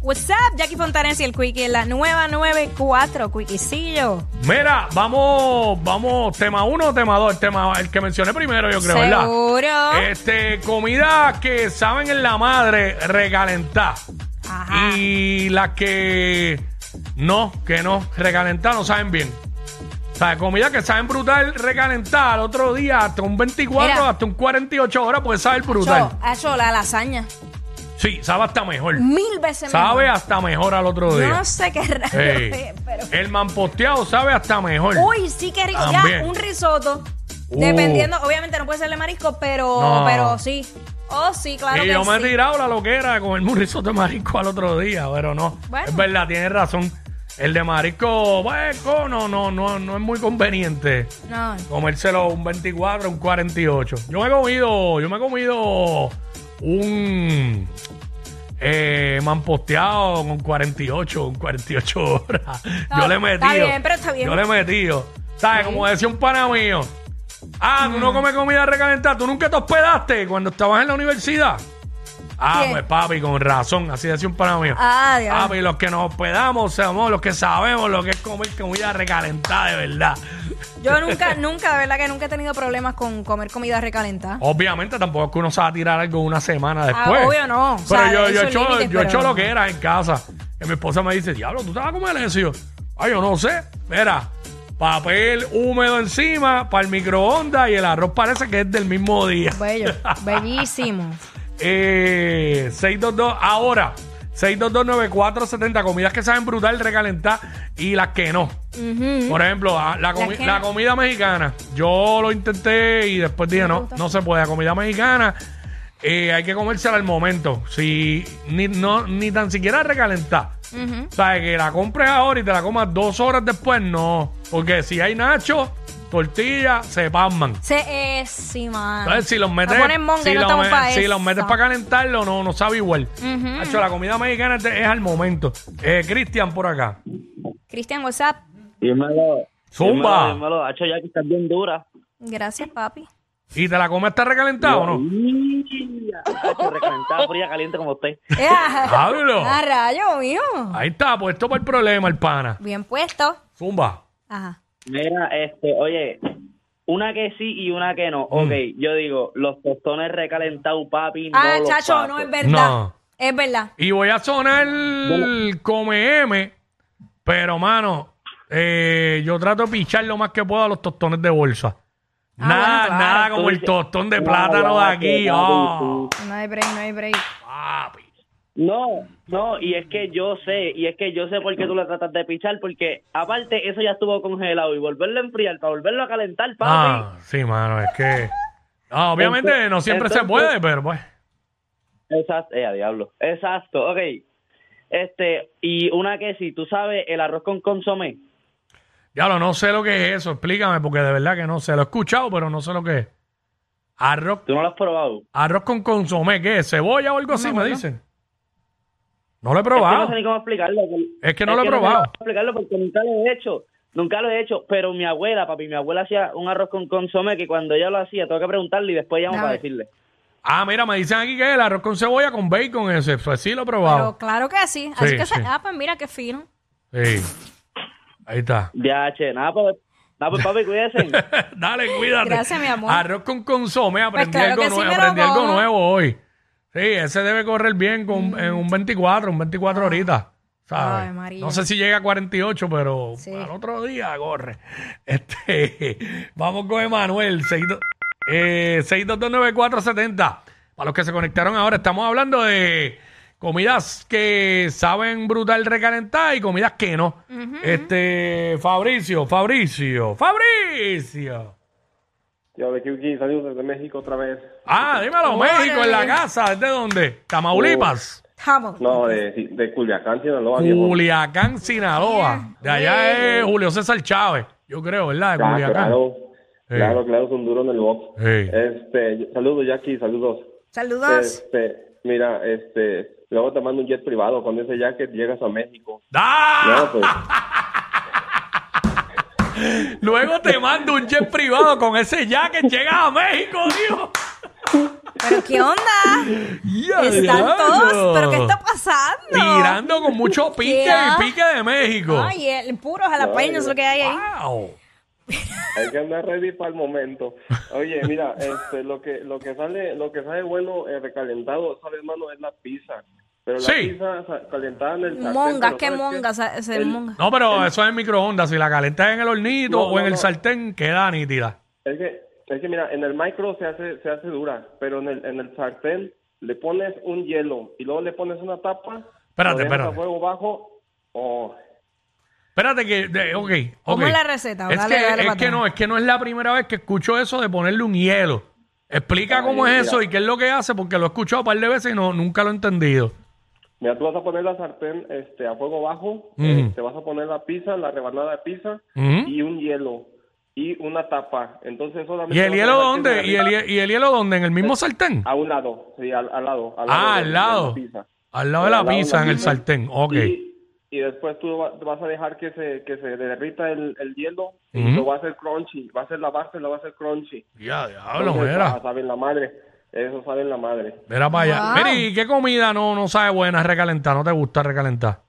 What's up, Jackie Fontanes y el Quickie en la nueva 94, Quickiecillo. Mira, vamos, vamos, tema uno o tema dos, el tema el que mencioné primero, yo creo, Seguro. ¿verdad? Este, comida que saben en la madre recalentar. Ajá. Y las que no, que no, recalentar no saben bien. O sea, comida que saben brutal, recalentar al otro día hasta un 24, Mira. hasta un 48 horas puede saber brutal. Yo, hecho la lasaña. Sí, sabe hasta mejor. Mil veces Sabe Mm, mejor. hasta mejor al otro día. Yo no sé qué raro Ey, es, pero... El mamposteado sabe hasta mejor. Uy, sí que rico. También. Ya, un risotto. Uh. Dependiendo, obviamente no puede ser de marisco, pero, No. pero sí. Oh, sí, claro y que yo me he sí. tirado la loquera con el risotto de marisco al otro día, pero no. Bueno. Es verdad, tienes razón. El de marisco, hueco, no, no, no, no es muy conveniente No. comérselo un 24, un 48. Yo me he comido, yo me he comido un eh, mamposteado con 48, un 48 horas. yo le he metido. está bien, pero está bien. Yo le he metido. ¿Sabes? Como decía un pana mío. Ah, tú no Mm. comes comida recalentada. ¿Tú nunca te hospedaste cuando estabas en la universidad? Ah, Bien. pues papi, con razón. Así decía un pana mío. Ah, Dios. Papi, los que nos hospedamos somos los que sabemos lo que es comer comida recalentada de verdad. Yo nunca, nunca, de verdad que nunca he tenido problemas con comer comida recalentada. Oh. Obviamente tampoco es que uno se va a tirar algo una semana después. Ah, obvio no. O Pero sea, yo, hay yo he sus hecho, límites, yo he hecho pero- lo que era en casa. Y mi esposa me dice, diablo, ¿tú te vas a comer eso? Y yo, ay, yo no sé. Mira, papel húmedo encima para el microondas y el arroz parece que es del mismo día. Bello, bellísimo. Eh, 622, ahora, 6229470, comidas que saben brutal, recalentar y las que no. Por ejemplo, ah, la, comi- Las que la no. comida mexicana. Yo lo intenté y después dije, no, no se puede. La comida mexicana eh, hay que comérsela al momento. Si, ni, no, ni tan siquiera recalentar. O sea, que la compres ahora y te la comas dos horas después, no. Porque si hay nachos, tortillas, se pasman. Se, eh, sí, mano. Entonces, si los metes, Nos ponen monga y si, no los estamos me- pa' Mm. si esa. los metes para calentarlo, no, no sabe igual. Hacho, la comida mexicana es, es al momento. Eh, Cristian, por acá. Cristian, WhatsApp. Dímelo. Zumba. Dímelo, dímelo. Hacho, ya que estás bien dura. Gracias, papi. ¿Y te la comes está recalentada o no? Hacho, recalentada, fría, caliente como usted. Eh, ah, ¡Hablo! ah, rayo, mío. Ahí está, puesto para el problema, el pana. Bien puesto. Zumba. Ajá. Mira, este, oye, una que sí y una que Mm. no. Ok, yo digo, los tostones recalentados, papi, Ah, no chacho, los no, es paso. verdad. No. Es verdad. Y voy a sonar el come M, pero mano, eh, yo trato de pichar lo más que puedo a los tostones de bolsa. Ah, nada, bueno, claro. nada como el Tú dices, tostón de no, plátano de ya, aquí. que, Oh, papi, No hay break, no hay break. papi. No, no, y es que yo sé, y es que yo sé por qué tú la tratas de pichar, porque aparte eso ya estuvo congelado y volverlo a enfriar para volverlo a calentar, papi. Ah, sí, mano, es que. Ah, obviamente Entonces- no siempre se entonces- puede, pero pues. Exacto, eh, a diablo. Exacto, ok. Este, y una que sí, tú sabes, el arroz con consomé. Ya lo no sé lo que es eso, explícame, porque de verdad que no sé. Lo he escuchado, pero no sé lo que es. Arroz, ¿Tú no lo has probado? arroz con consomé, ¿qué es? ¿Cebolla o algo así? Me dicen. No lo he Es que no probado. sé ni cómo explicarlo. Es que no lo he sé probado. cómo explicarlo porque nunca lo he hecho. Nunca lo he hecho, pero mi abuela, papi, mi abuela hacía un arroz con consomé que cuando ella lo hacía, tengo que preguntarle y después llamo A para ver. decirle. Ah, mira, me dicen aquí que es el arroz con cebolla con bacon ese. Pues sí, lo he Pero probado. claro que sí. Así Sí, que se. sí. Ah, pues mira qué fino. Sí. Ahí está. Ya, che, nada, pues, No, pues papi, cuídense. Dale, cuídate. Gracias, mi amor. Pues Arroz con consomé, aprendí, claro algo, que sí nue- me lo aprendí algo como. nuevo hoy. Sí, ese debe correr bien con, en un 24, un 24 horitas. ¿sabes? Mm. Ah. Ay, María. no sé si llega a 48, pero Sí. al otro día corre. Este, vamos con Emanuel, 62- eh, 6229470. Para los que se conectaron ahora, estamos hablando de comidas que saben brutal recalentar y comidas que no. Este, Fabricio, Fabricio, Fabricio. Yo de Kyuki, saludos desde México otra vez. Ah, dímelo, Órale. México en la casa, ¿desde dónde? Tamaulipas. Vamos. No, de, de Culiacán, Sinaloa, viejo. Culiacán, Sinaloa. De allá es Julio César Chávez, yo creo, ¿verdad? De Ah, Culiacán. claro, Sí. claro, claro, es un duro en el box. Sí. Este, saludos, Jackie, saludos. Saludos. Este, mira, este, luego te mando un jet privado. Con ese jacket llegas a México. ¡Ah! No, pues, Luego te mando un jet privado con ese jacket, llegas a México, Dios. ¿Pero qué onda? Ya, Están diablo. todos. ¿Pero qué está pasando? Tirando con mucho pique Ya. y pique de México. Ay, el puro jalapeño es lo que hay ahí. Wow. hay que andar ready para el momento. Oye, mira, este, lo que, lo que sale, lo que sale bueno eh, recalentado, sabes, hermano, es la pizza. Pero la Sí. pizza sa- calentada en el sartén, Mongas, pero qué ¿sabes mongas es el El- monga. No, pero eso es en microondas. Si la calentas en el hornito No, o en no, el no. sartén, queda nítida. Es que, es que mira, en el micro se hace, se hace dura, pero en el, en el sartén le pones un hielo y luego le pones una tapa. Espérate, lo dejas espérate. a fuego bajo. Oh, o Espérate que, de- ok, ok. ¿Cómo es la receta? Es, Dale, que, dale es para que atrás. no, es que no es la primera vez que escucho eso de ponerle un hielo. Explica cómo Ay, es eso mira. y qué es lo que hace, porque lo he escuchado un par de veces y no, nunca lo he entendido. Mira, tú vas a poner la sartén este, a fuego bajo, Mm. te vas a poner la pizza, la rebanada de pizza Ujú. y un hielo y una tapa. Entonces solamente... ¿Y el vas a hielo dejar que se dónde? ¿Y el, derrita hie- y el hielo dónde? ¿En el mismo sartén? A un lado, sí, al, al lado. Al Ah, de- al de lado. la pizza. Al lado de Al la lado de la pizza, en el pizza. sartén. Ok. Y, y después tú va- vas a dejar que se, que se derrita el, el hielo y Ujú. lo va a hacer crunchy. Va a ser la base, lo va a hacer crunchy. Ya, diablo, Entonces, mira. ah, saben la madre. Eso saben la madre. Mira para allá. Wow. Mira, ¿y qué comida no, no sabe buena recalentar? ¿No te gusta recalentar?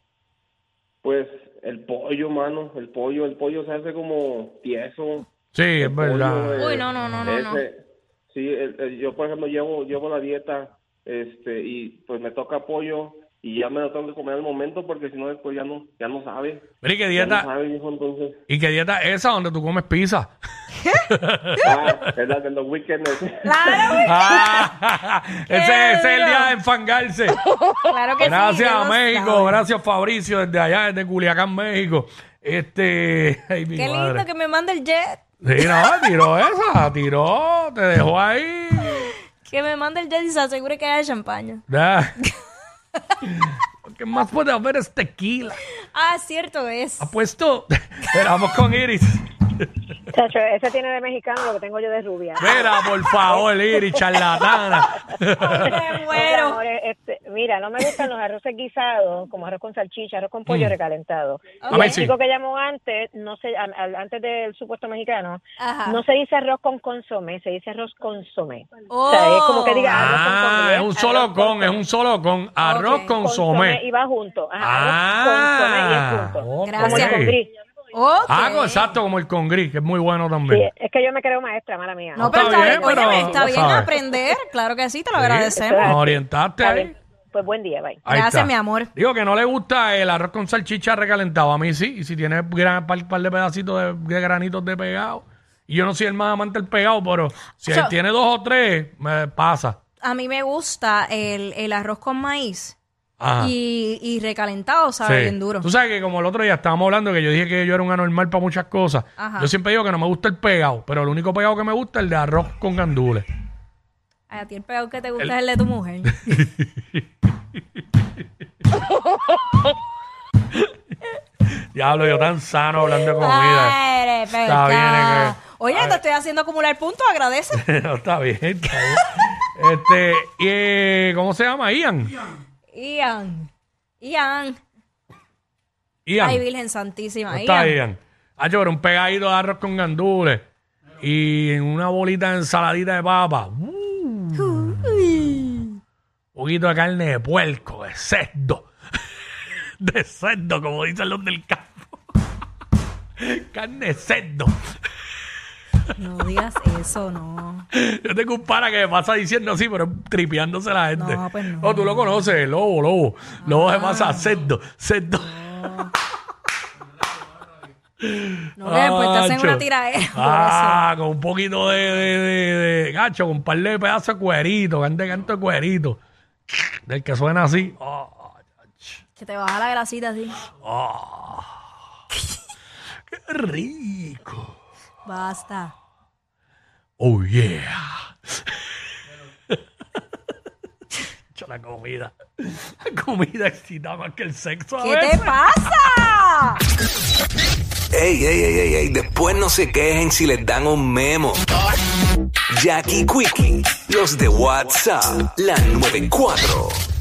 Pues el pollo, mano. El pollo, el pollo se hace como tieso. Sí, es Pollo, verdad. eh, Uy, no, no, no, no, no. ese- Sí, el- el- yo por ejemplo llevo, llevo la dieta este y pues me toca pollo y ya me lo tengo que comer al momento porque si no después ya no, ya no sabe. Mira, ¿y qué Ya no dieta? sabe, hijo, entonces. ¿Y qué dieta es esa donde tú comes pizza? Ah, es la de los weekends. Claro, güey. Ah, ese, ese es el duro. día de enfangarse. claro que sí. Gracias ya a lo México, saben. gracias Fabricio desde allá, desde Culiacán, México. Este, ay, mi Qué lindo madre. que me manda el jet. Sí, no, tiró esa, tiró, te dejó ahí. Que me manda el jet y se asegure que haya champaña. Ya. Ah. Lo que más puede haber es tequila. Ah, cierto es. Apuesto. Pero vamos con Iris. Chacho, ese tiene de mexicano lo que tengo yo de rubia. Mira, por favor, Iris, charlatana. Me Oye, muero. amor, este, mira, no me gustan los arroces guisados, como arroz con salchicha, arroz con pollo recalentado. A Y mí el Mm. Ah, sí. chico que llamó antes, no sé, al- al- antes del supuesto mexicano, Ajá. no se dice arroz con consomé, se dice arroz consomé. Oh. O sea, es como que diga arroz con Ah, consomé, es un arroz solo con, es consomé, un solo con. Arroz Ok. con consomé somé. y va junto. Ajá, Ah, arroz consomé y junto. ok. Como el Gracias. con gris. Ok. Ah, con- exacto, como el con gris, que es muy bueno Sí, también. es que yo me creo maestra, mala mía. No, Está pero está bien, bien, pero- óyeme, está lo bien sabes. aprender. Claro que sí, te lo Sí, agradecemos. Nos orientaste Está ahí. bien. Pues buen día, bye. Ahí Gracias, está. mi amor. Digo que no le gusta el arroz con salchicha recalentado. A mí sí. Y si tiene gran, par, par de pedacitos de, de granitos de pegado. Y yo no soy el más amante del pegado, pero si Yo- él tiene dos o tres, me pasa. A mí me gusta el, el arroz con maíz Ajá. y, y recalentado, sabe Ah. Sí. bien duro. Tú sabes que como el otro día estábamos hablando que yo dije que yo era un anormal para muchas cosas. Ajá. Yo siempre digo que no me gusta el pegado, pero el único pegado que me gusta es el de arroz con gandules. A ti el peor que te gusta es el de tu mujer. Diablo, yo tan sano hablando de comida. Ay, eres Está bien, es que- Oye, te estoy haciendo acumular puntos, agradece. No, está bien, está bien. Este, y, eh, ¿cómo se llama? Ian. Ian. Ian. Ian. Ay, Virgen Santísima. No Ian. está Ian. Ah, yo, pero un pegadito de arroz con gandules y en una bolita de ensaladita de papa. Uh. Un poquito de carne de puerco, de cerdo. De cerdo, como dicen los del campo. Carne de cerdo. No digas eso, no. Yo tengo un pana que me pasa diciendo así, pero tripeándose la gente. No, pues no. Ah, Oh, tú lo conoces, lobo, lobo. Lobo se pasa cerdo, cerdo. No, que después te hacen Acho. una tiradera. por Ah, con un poquito de, de, de- de- gacho, con un par de pedazos de cuerito, cante canto de cuerito. Del que suena así. Ah, eso. Que te baja la grasita así. ah. qué rico. Basta. Oh yeah. Cho, la comida. La comida excita más que el sexo. a ¿Qué veces. te pasa? Ey, ey, ey, ey, ey, después no se quejen si les dan un memo. Jackie Quickie, los de WhatsApp, la 94.